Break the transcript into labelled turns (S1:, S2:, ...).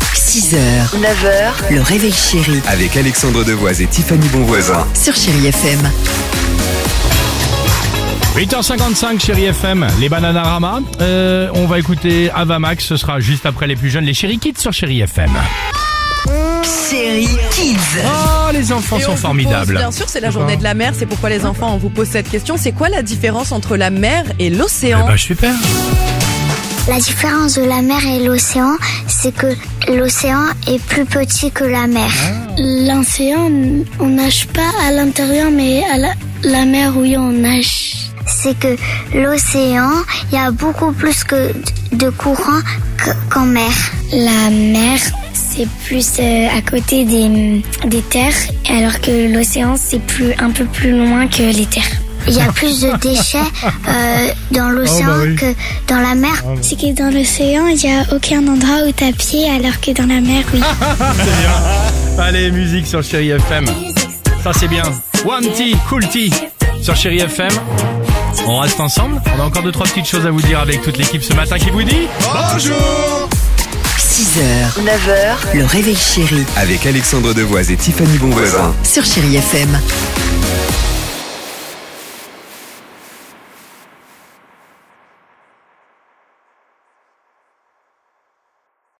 S1: 6h, 9h, le réveil chéri
S2: Avec Alexandre Devoise et Tiffany Bonvoisin.
S1: sur Chéri FM.
S3: 8h55, chérie FM, les Bananarama. Euh, on va écouter Avamax, ce sera juste après les plus jeunes, les chéri kids sur chérie FM.
S1: Chéri Kids.
S3: Oh, les enfants
S4: Et on
S3: sont
S4: vous
S3: formidables.
S4: pose, bien sûr, c'est la journée de la mer, c'est pourquoi les enfants, on vous pose cette question. C'est quoi la différence entre la mer et l'océan
S3: Bah, super.
S5: La différence de la mer et l'océan, c'est que l'océan est plus petit que la mer. L'océan, on nage pas à l'intérieur, mais à la, la mer, oui, on nage. C'est que l'océan, il y a beaucoup plus que de courant qu'en mer. La mer, c'est plus euh, à côté des, des terres, alors que l'océan, c'est plus un peu plus loin que les terres. Il y a plus de déchets euh, dans l'océan
S3: oui.
S5: que dans la mer. C'est que dans l'océan, il n'y a aucun endroit où t'as pied, alors que dans la mer, oui.
S3: Allez, musique sur chérie FM. Ça, c'est bien. One T, Cool T sur chérie FM. On reste ensemble. On a encore deux, trois petites choses à vous dire avec toute l'équipe ce matin qui vous dit.
S1: 6h, 9h, le réveil chéri
S2: Avec Alexandre Devoise et Tiffany Bonvoisin.
S1: sur Chéri FM.